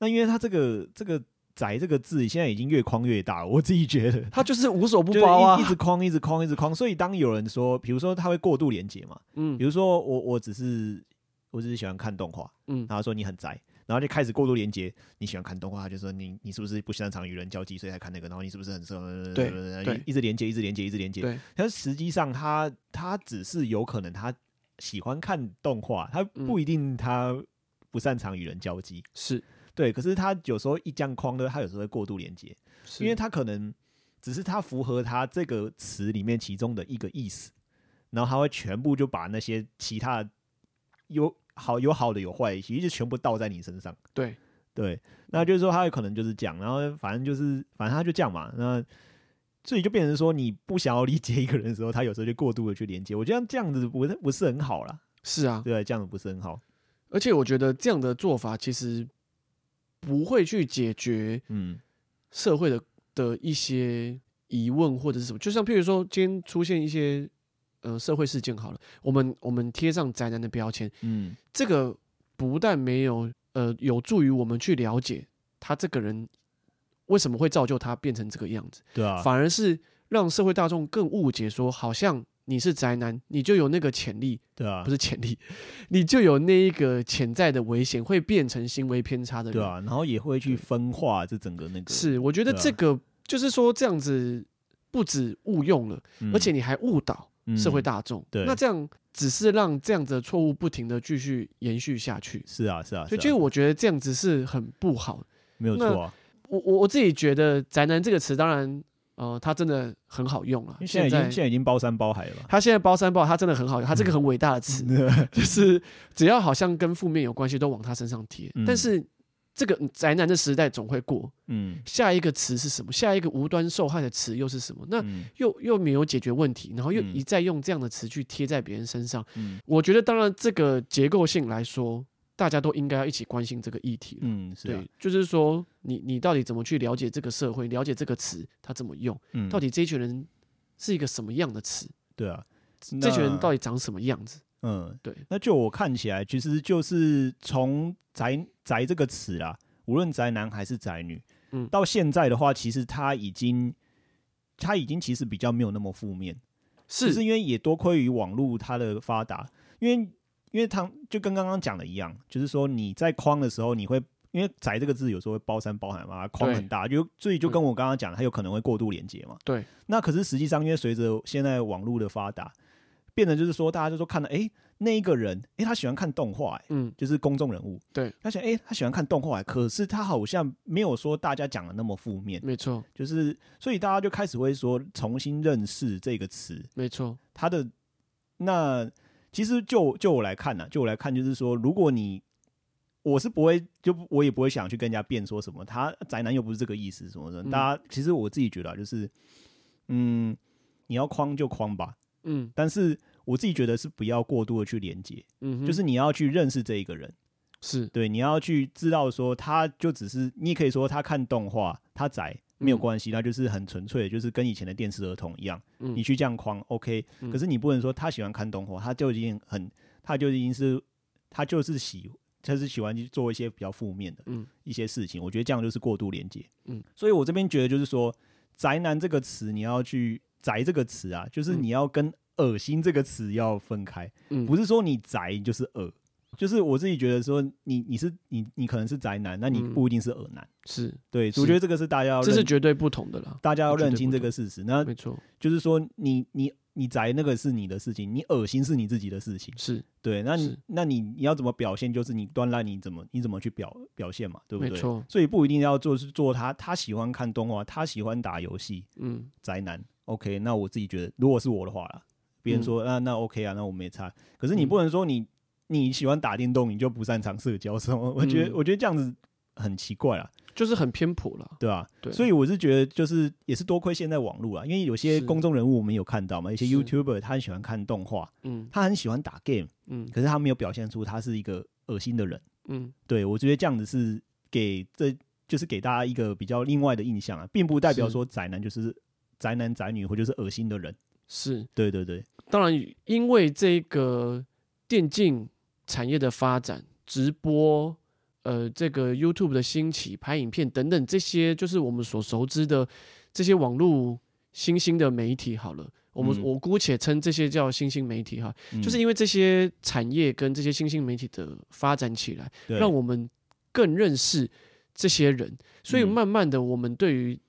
B: 那因为他这个这个“宅”这个字现在已经越框越大了，我自己觉得
A: 它就是无所不
B: 就是
A: 包啊
B: 一
A: <laughs>
B: 一。直框，一直框，一直框。所以当有人说，比如说他会过度连接嘛，
A: 嗯
B: 比如说我我只是我只是喜欢看动画，
A: 嗯，
B: 然后说你很宅，然后就开始过度连接。你喜欢看动画，他就说你你是不是不擅长与人交际，所以才看那个？然后你是不是很什么？
A: 对对
B: 一一直连接，一直连接，一直连接。
A: 对，
B: 但是实际上他，他只是有可能他喜欢看动画，他不一定他不擅长与人交际。
A: 是，
B: 对，可是他有时候一这样框的，他有时候会过度连接，
A: 是
B: 因为他可能只是他符合他这个词里面其中的一个意思，然后他会全部就把那些其他的有好有好的有坏的，其实就全部倒在你身上。
A: 对
B: 对，那就是说他有可能就是这样，然后反正就是反正他就这样嘛。那所以就变成说，你不想要理解一个人的时候，他有时候就过度的去连接。我觉得这样子不是不是很好啦，
A: 是啊。
B: 对，这样子不是很好。
A: 而且我觉得这样的做法其实不会去解决
B: 嗯
A: 社会的的一些疑问或者是什么，就像譬如说今天出现一些呃社会事件好了，我们我们贴上宅男的标签。
B: 嗯
A: 这个不但没有呃有助于我们去了解他这个人为什么会造就他变成这个样子，
B: 对啊，
A: 反而是让社会大众更误解说，好像你是宅男，你就有那个潜力，
B: 对啊，
A: 不是潜力， <laughs> 你就有那一个潜在的危险，会变成行为偏差的人。
B: 对啊，然后也会去
A: 对
B: 分化这整个那个，
A: 是，我觉得
B: 对啊
A: 这个、就是说这样子不止误用了，
B: 嗯
A: 而且你还误导社会、
B: 嗯
A: 大众。
B: 对
A: 那这样只是让这样子的错误不停的继续延续下去。
B: 是啊是啊，
A: 所以，
B: 是啊
A: 其实我觉得这样子是很不好的。
B: 没有
A: 那
B: 错啊，
A: 我我我自己觉得“宅男”这个词，当然，呃，它真的很好用了
B: 因为。现在
A: 现
B: 已经现
A: 在
B: 在已经包山包海了吧，
A: 它现在包山包海，它真的很好用，它这个很伟
B: <laughs>
A: 大的词，就是只要好像跟负面有关系，都往它身上贴。
B: 嗯
A: 但是这个宅男的时代总会过，
B: 嗯
A: 下一个词是什么？下一个无端受害的词又是什么？那
B: 嗯
A: 又又没有解决问题，然后又
B: 嗯
A: 一再用这样的词去贴在别人身上。
B: 嗯
A: 我觉得，当然这个结构性来说，大家都应该要一起关心这个议题了。
B: 嗯是啊
A: 对，，就是说你你到底怎么去了解这个社会，了解这个词它怎么用，
B: 嗯
A: 到底这一群人是一个什么样的词，
B: 对啊，
A: 这群人
B: 那
A: 到底长什么样子？
B: 嗯，
A: 对。
B: 那就我看起来，其实就是从“宅宅”这个词啦，无论宅男还是宅女，
A: 嗯
B: 到现在的话，其实他已经他已经其实比较没有那么负面，
A: 是
B: 是因为也多亏于网络它的发达，因为因为他就跟刚刚讲的一样，就是说你在框的时候，你会因为“宅”这个字有时候会包山包海嘛，它框
A: 对
B: 很大，就所以就跟我刚刚讲的，它有可能会过度连接嘛。
A: 对，
B: 那可是实际上，因为随着现在网络的发达，变得就是说，大家就说看了，哎、那一个人，哎、他喜欢看动画、诶
A: 嗯
B: 就是公众人物，
A: 对，
B: 他想，哎、他喜欢看动画、诶可是他好像没有说大家讲的那么负面，
A: 没错
B: 就是所以大家就开始会说重新认识这个词，
A: 没错，
B: 它的那其实就就我来看呢、就我来看就是说，如果你我是不会，就不我也不会想去跟人家辩说什么，他宅男又不是这个意思什么的。
A: 嗯
B: 大家其实我自己觉得、啊、就是，嗯，你要框就框吧，
A: 嗯
B: 但是我自己觉得是不要过度的去连接，
A: 嗯哼，
B: 就是你要去认识这一个人。
A: 是
B: 对，你要去知道说，他就只是你也可以说他看动画，他宅没有关系，他就是很纯粹的，就是跟以前的电视儿童一样，
A: 嗯
B: 你去这样框 OK，、
A: 嗯
B: 可是你不能说他喜欢看动画，他就已经很，他就已经是，他就是喜，他是喜欢去做一些比较负面的
A: 嗯
B: 一些事情，我觉得这样就是过度连接，
A: 嗯，
B: 所以我这边觉得就是说，宅男这个词你要去宅这个词啊，就是
A: 嗯
B: 你要跟恶心这个词要分开，
A: 嗯
B: 不是说你宅你就是恶，就是我自己觉得说你你是你你可能是宅男，那你
A: 嗯
B: 不一定是恶男。
A: 是，
B: 对，
A: 是
B: 我觉得这个是大家要
A: 这是
B: 认
A: 绝对不同的啦，
B: 大家要
A: 我觉得
B: 认清
A: 不
B: 这个事实。那
A: 没错，
B: 就是说你你你宅那个是你的事情，你恶心是你自己的事情。
A: 是
B: 对，那你
A: 是
B: 那你你要怎么表现，就是你端赖你怎么你怎么去表表现嘛，对不
A: 没
B: 对？
A: 错，
B: 所以不一定要做是做他他喜欢看动画，他喜欢打游戏，
A: 嗯
B: 宅男。OK，那我自己觉得，如果是我的话啦，别人说、那那 OK 啊，那我没差。可是你
A: 嗯
B: 不能说你、你喜欢打电动，你就不擅长社交什么？我觉得、
A: 嗯
B: 我觉得这样子很奇怪啦，
A: 就是很偏颇啦，
B: 对吧、
A: 对，
B: 所以我是觉得，就是也是多亏现在网络啊，因为有些
A: 是
B: 公众人物我们有看到嘛，一些
A: 是
B: YouTuber 他很喜欢看动画，
A: 嗯
B: 他很喜欢打 game，
A: 嗯
B: 可是他没有表现出他是一个恶心的人。
A: 嗯，
B: 对我觉得这样子是给这就是给大家一个比较另外的印象啊，并不代表
A: 是
B: 说宅男就是宅男宅女或就是恶心的人。
A: 是，
B: 对对对，
A: 当然因为这个电竞产业的发展，直播。呃，这个 YouTube 的兴起、拍影片等等，这些就是我们所熟知的这些网络新兴的媒体。好了，我们、
B: 嗯
A: 我姑且称这些叫新兴媒体哈，
B: 嗯
A: 就是因为这些产业跟这些新兴媒体的发展起来，
B: 对
A: 让我们更认识这些人，所以
B: 嗯
A: 慢慢的，我们对于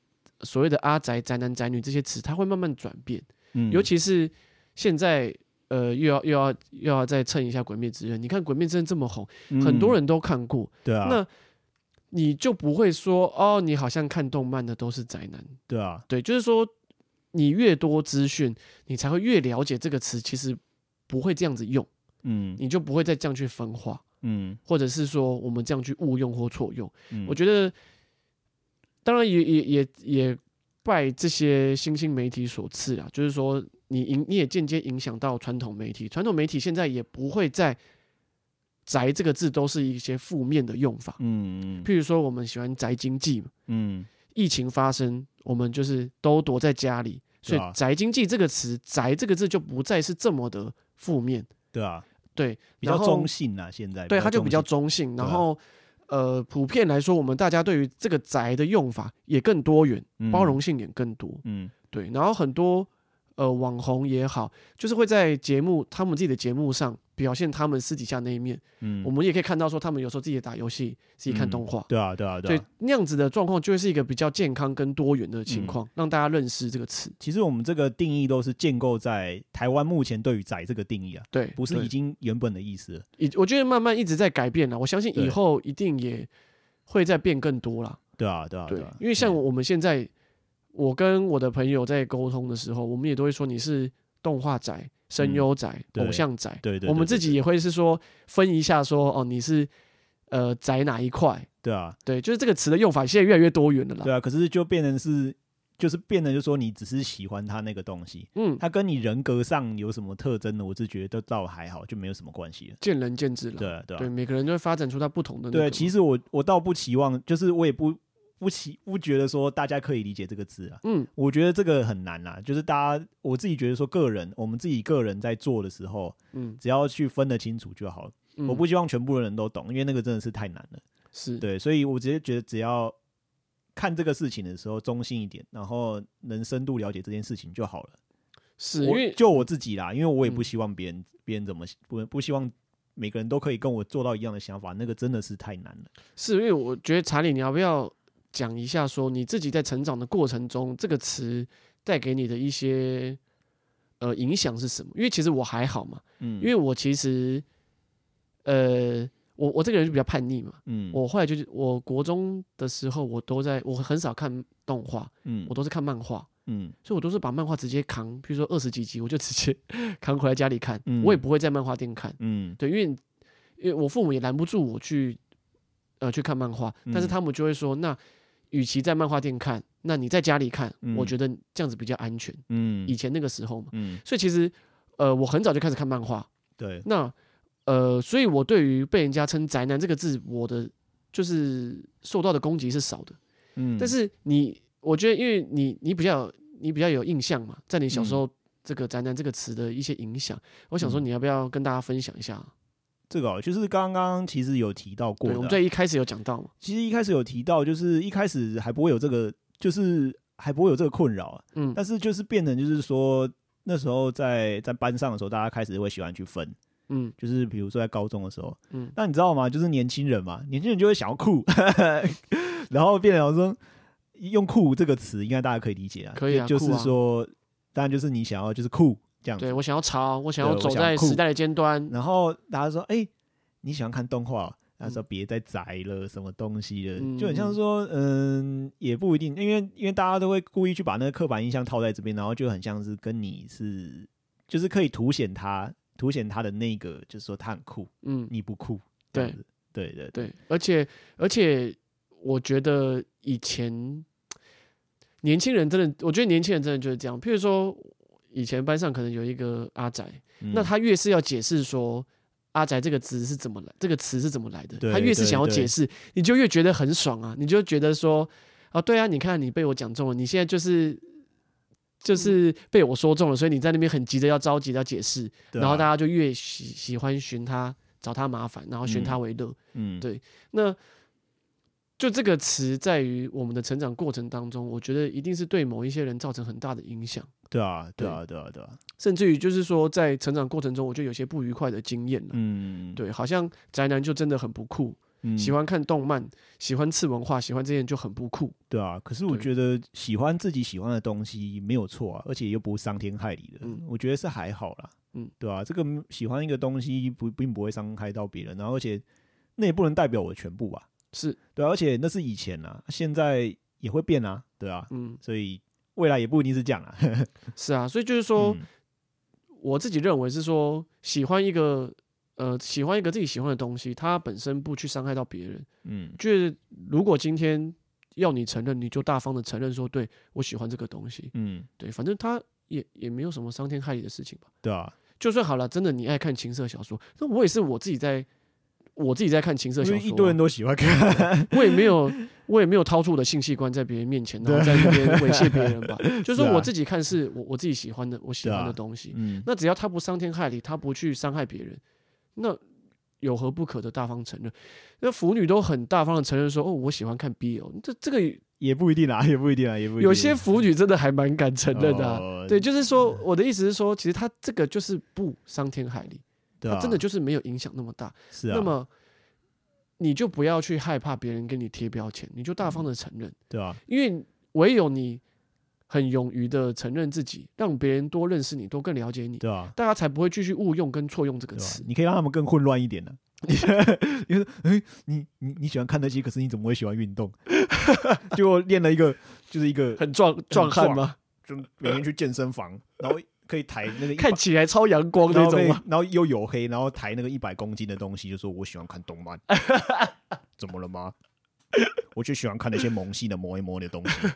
A: 所谓的阿宅、宅男、宅女这些词，它会慢慢转变。
B: 嗯
A: 尤其是现在，呃，又要又要又要再蹭一下《鬼灭之刃》。你看《鬼灭之刃》这么红，很多
B: 嗯
A: 人都看过，
B: 对啊，
A: 那你就不会说哦，你好像看动漫的都是宅男。
B: 对啊，
A: 对，就是说你越多资讯，你才会越了解这个词，其实不会这样子用，
B: 嗯
A: 你就不会再这样去分化，
B: 嗯
A: 或者是说我们这样去误用或错用。
B: 嗯，
A: 我觉得，当然也也也也拜这些新兴媒体所赐啊，就是说你影你也间接影响到传统媒体，传统媒体现在也不会再“宅”这个字都是一些负面的用法，
B: 嗯嗯
A: 譬如说我们喜欢宅经济嘛，
B: 嗯
A: 疫情发生，我们就是都躲在家里，所
B: 对
A: 以
B: 啊
A: “宅经济”这个词，“宅”这个字就不再是这么的负面，
B: 对啊，
A: 对，
B: 比较
A: 然后
B: 中性啊，现在
A: 对，它就比较
B: 中
A: 中性。然
B: 对啊
A: 后，呃，普遍来说，我们大家对于这个“宅”的用法也更多元，
B: 性
A: 包容，性也更多。
B: 嗯
A: 对，然后很多呃网红也好，就是会在节目他们自己的节目上表现他们私底下那一面。
B: 嗯，
A: 我
B: 们
A: 们也可以看到说，他们有时候自己也打游戏，自己看动画。
B: 对啊对啊对
A: 对
B: 啊。，
A: 那样子的状况就会是一个比较健康跟多元的情
B: 嗯
A: 况，让大家认识这个词。
B: 其实我们这个定义都是建构在台湾目前对于“宅”这个定义啊，
A: 对，
B: 不是
A: 对
B: 已经原本的意思了，
A: 已，我觉得慢慢一直在改变了。我相信以
B: 对
A: 后一定也会再变更多啦。
B: 对啊对啊
A: 对
B: 啊，，
A: 因为像
B: 嗯
A: 我们现在，我跟我的朋友在沟通的时候，我们也都会说你是动画宅、声优宅、
B: 嗯对
A: 偶像宅。
B: 对对，
A: 我们
B: 对
A: 自己也会是说分一下说，哦，你是呃宅哪一块？
B: 对啊
A: 对，就是这个词的用法现在越来越多元了啦。
B: 对啊，可是就变成是就是变成就说你只是喜欢他那个东西，
A: 嗯，
B: 他跟你人格上有什么特征呢？我是觉得都倒还好，就没有什么关系了。
A: 见仁见智了。
B: 对啊对啊
A: 对，每个人都会发展出他不同的那个嘛。
B: 对，其实我我倒不期望，就是我也不不期不觉得说大家可以理解这个字啊。
A: 嗯
B: 我觉得这个很难啦，就是大家我自己觉得说个人，我们自己个人在做的时候，
A: 嗯，
B: 只要去分得清楚就好了。
A: 嗯
B: 我不希望全部的人都懂，因为那个真的是太难了。
A: 是
B: 对，所以我直接觉得只要看这个事情的时候中性一点，然后能深度了解这件事情就好了。
A: 是因
B: 我
A: 为
B: 就我自己啦，因为我也不
A: 嗯
B: 希望别人别、人怎么不不希望每个人都可以跟我做到一样的想法，那个真的是太难了。
A: 是因为我觉得查理，你要不要讲一下，说你自己在成长的过程中，这个词带给你的一些呃影响是什么？因为其实我还好嘛，
B: 嗯，
A: 因为我其实呃我我这个人就比较叛逆嘛，
B: 嗯
A: 我后来就是我国中的时候，我都在我很少看动画，
B: 嗯
A: 我都是看漫画。
B: 嗯
A: 所以我都是把漫画直接扛，比如说二十几集，我就直接 <laughs> 扛回来家里看，
B: 嗯
A: 我也不会在漫画店看，
B: 嗯
A: 对，因为因为我父母也拦不住我去呃去看漫画，但是
B: 嗯
A: 他们就会说，那与其在漫画店看，那你在家里看，我
B: 嗯
A: 觉得这样子比较安全。
B: 嗯
A: 以前那个时候嘛，
B: 嗯
A: 所以其实呃我很早就开始看漫画，
B: 对
A: 那呃所以我对于被人家称宅男这个字，我的就是受到的攻击是少的。
B: 嗯，
A: 但是你，我觉得因为你你比较你比较有印象嘛，在你小时候这个“宅男”这个词的一些影响，我想说
B: 嗯
A: 你要不要跟大家分享一下？
B: 这个哦就是刚刚其实有提到过
A: 对，我
B: 的
A: 们
B: 啊，
A: 在一开始有讲到嘛，
B: 其实一开始有提到，就是一开始还不会有这个，就是还不会有这个困扰啊。
A: 嗯
B: 但是就是变成就是说，那时候在在班上的时候，大家开始会喜欢去分，
A: 嗯
B: 就是比如说在高中的时候，
A: 嗯
B: 那你知道吗？就是年轻人嘛，年轻人就会想要酷， <laughs> 然后变成说用“酷”这个词，应该大家可以理解啊。
A: 可以啊
B: 就就
A: 酷啊
B: 是说，当然就是你想要就是酷这样子
A: 对。我想要潮，我想要
B: 对我
A: 走
B: 想
A: 在
B: 酷
A: 时代的尖端，
B: 然后大家说：“哎、你喜欢看动画哦、他说：“
A: 嗯
B: 别再宅了，什么东西了，
A: 嗯
B: 就很像说，嗯，也不一定，因为因为大家都会故意去把那个刻板印象套在这边，然后就很像是跟你是，就是可以凸显他，凸显他的那个，就是说他很酷，
A: 嗯，
B: 你不酷，
A: 对
B: 这样子，对对对，
A: 对，而且而且我觉得以前年轻人真的，我觉得年轻人真的就是这样，譬如说以前班上可能有一个阿宅，
B: 嗯
A: 那他越是要解释说“阿宅”这个词是怎么来，这个词是怎么来的，
B: 对
A: 他越是
B: 对
A: 想要
B: 对
A: 解释，你就越觉得很爽啊，你就觉得说啊，对啊，你看你被我讲中了，你现在就是。就是被我说中了，所以你在那边很急着要着急地要解释，
B: 对啊
A: 然后大家就越喜喜欢寻他找他麻烦，然后寻他为乐。
B: 嗯
A: 对那就这个词在于我们的成长过程当中，我觉得一定是对某一些人造成很大的影响，
B: 对啊对啊对啊对啊，
A: 甚至于就是说在成长过程中，我就有些不愉快的经验了。啊
B: 嗯，
A: 对，好像宅男就真的很不酷，
B: 嗯
A: 喜欢看动漫，喜欢次文化，喜欢这些人就很不酷。
B: 对啊，可是我
A: 对
B: 觉得喜欢自己喜欢的东西没有错啊，而且又不伤天害理的，
A: 嗯
B: 我觉得是还好啦。
A: 嗯，
B: 对啊，这个喜欢一个东西不并不会伤害到别人，然后而且那也不能代表我全部吧。
A: 是，
B: 对啊、而且那是以前啊，现在也会变啊，对啊，
A: 嗯，
B: 所以未来也不一定是这样啊。
A: 是啊，所以就是说，
B: 嗯
A: 我自己认为是说，喜欢一个呃，喜欢一个自己喜欢的东西，它本身不去伤害到别人。
B: 嗯
A: 就是如果今天要你承认，你就大方的承认说，对我喜欢这个东西，
B: 嗯，
A: 对，反正它也也没有什么伤天害理的事情吧。
B: 对啊，
A: 就算好了，真的你爱看情色小说，那我也是我自己在，我自己在看情色
B: 因
A: 小说、
B: 为
A: 啊，
B: 一堆人都喜欢看， <laughs>
A: 我也没有，我也没有掏出我的性器官在别人面前，然后在那边猥亵别人吧。就是说
B: <laughs> 是啊
A: 我自己看是我我自己喜欢的，我喜欢
B: 对
A: 的
B: 啊
A: 东西。
B: 嗯，
A: 那只要他不伤天害理，他不去伤害别人，那有何不可的大方承认？那腐女都很大方的承认说：“哦，我喜欢看 BL。”这这个
B: 也不一定啊，也不一定啊，也不一定。
A: 有些腐女真的还蛮敢承认的啊、
B: 哦
A: 对，就是说我的意思是说，其实他这个就是不伤天害理，
B: 对
A: 他
B: 啊，
A: 真的就是没有影响那么大。
B: 是啊，
A: 那么你就不要去害怕别人跟你贴标签，你就大方的承认，
B: 对啊，
A: 因为唯有你很勇于的承认自己，让别人多认识你，多更了解你，
B: 对啊。
A: 大家才不会继续误用跟错用这个
B: 对啊吧
A: 词？。
B: 你可以让他们更混乱一点 <laughs> 呢、因为哎，你你你喜欢看那些，可是你怎么会喜欢运动？ <laughs> 就练了一个，就是一个
A: 很壮壮汉
B: 壮
A: 吗？
B: 就每天去健身房，然后可以抬那个一百
A: 看起来超阳光
B: 然
A: 那
B: 后可
A: 种啊
B: 以
A: 吗？
B: 然后又黝黑，然后抬那个一百公斤的东西，就说我喜欢看动 <laughs> 漫，怎么了吗？我就喜欢看那些萌系的摸一摸的东西，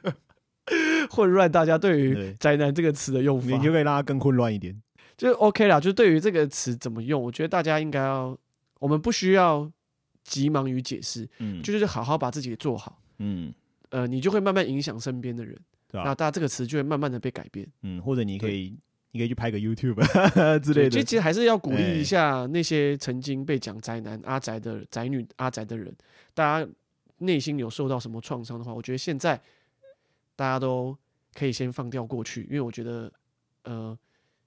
B: <laughs>
A: 混乱大家对于
B: 对
A: “宅男”这个词的用
B: 你
A: 法，
B: 就可以让它更混乱一点。
A: 就是 OK 啦。就是对于这个词怎么用，我觉得大家应该要，我们不需要急忙于解释，
B: 嗯
A: 就是好好把自己做好。
B: 嗯，
A: 呃，你就会慢慢影响身边的人，
B: 对
A: 那
B: 吧？
A: 大家这个词就会慢慢的被改变。
B: 嗯，或者你可以你可以去拍个 YouTube 之
A: 其实
B: 类的，
A: 其实还是要鼓励一
B: 哎
A: 下那些曾经被讲宅男、阿宅的宅女、阿宅的人，大家内心有受到什么创伤的话，我觉得现在大家都可以先放掉过去，因为我觉得，呃，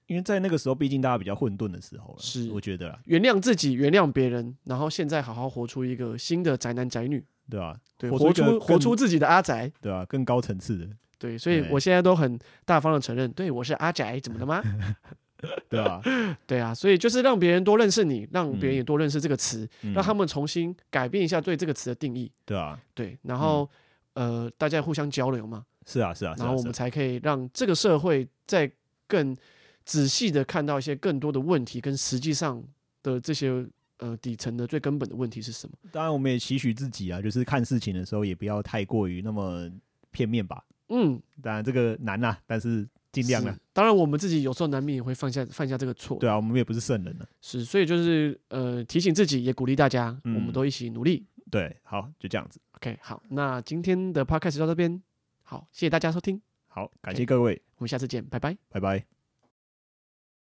B: 因为在那个时候，毕竟大家比较混沌的时候了，
A: 是
B: 我觉得啦，
A: 原谅自己，原谅别人，然后现在好好活出一个新的宅男宅女，
B: 对吧、
A: 对，
B: 活
A: 活
B: 出一个
A: 出活
B: 更
A: 出自己的阿宅，
B: 对吧、更高层次的，
A: 对，所以
B: 对
A: 我现在都很大方的承认，对我是阿宅，怎么了
B: <laughs>
A: 吗？<laughs>
B: 对吧、
A: 对啊，所以就是让别人多认识你，让别人也多认识这个词，
B: 嗯
A: 让他们重新改变一下对这个词的定义，
B: 对吧、啊？
A: 对，然后、呃，大家互相交流嘛，
B: 是啊，是啊，是
A: 然后
B: 啊，
A: 我
B: 是
A: 们
B: 啊
A: 才可以让这个社会再更仔细的看到一些更多的问题，跟实际上的这些呃底层的最根本的问题是什么。
B: 当然我们也期许自己啊，就是看事情的时候也不要太过于那么片面吧。
A: 嗯，
B: 当然这个难啊，但是尽量啊
A: 是。。当然，我们自己有时候难免也会犯下犯下这个错，
B: 对啊，我们也不是圣人啊。
A: 是，所以就是呃提醒自己，也鼓励大家，我们
B: 嗯
A: 都一起努力。
B: 对，好，就这样子。
A: OK，好，那今天的 podcast 就到这边，好，谢谢大家收听，
B: 好，感
A: OK
B: 谢各位，
A: 我们下次见，拜拜。
B: 拜拜。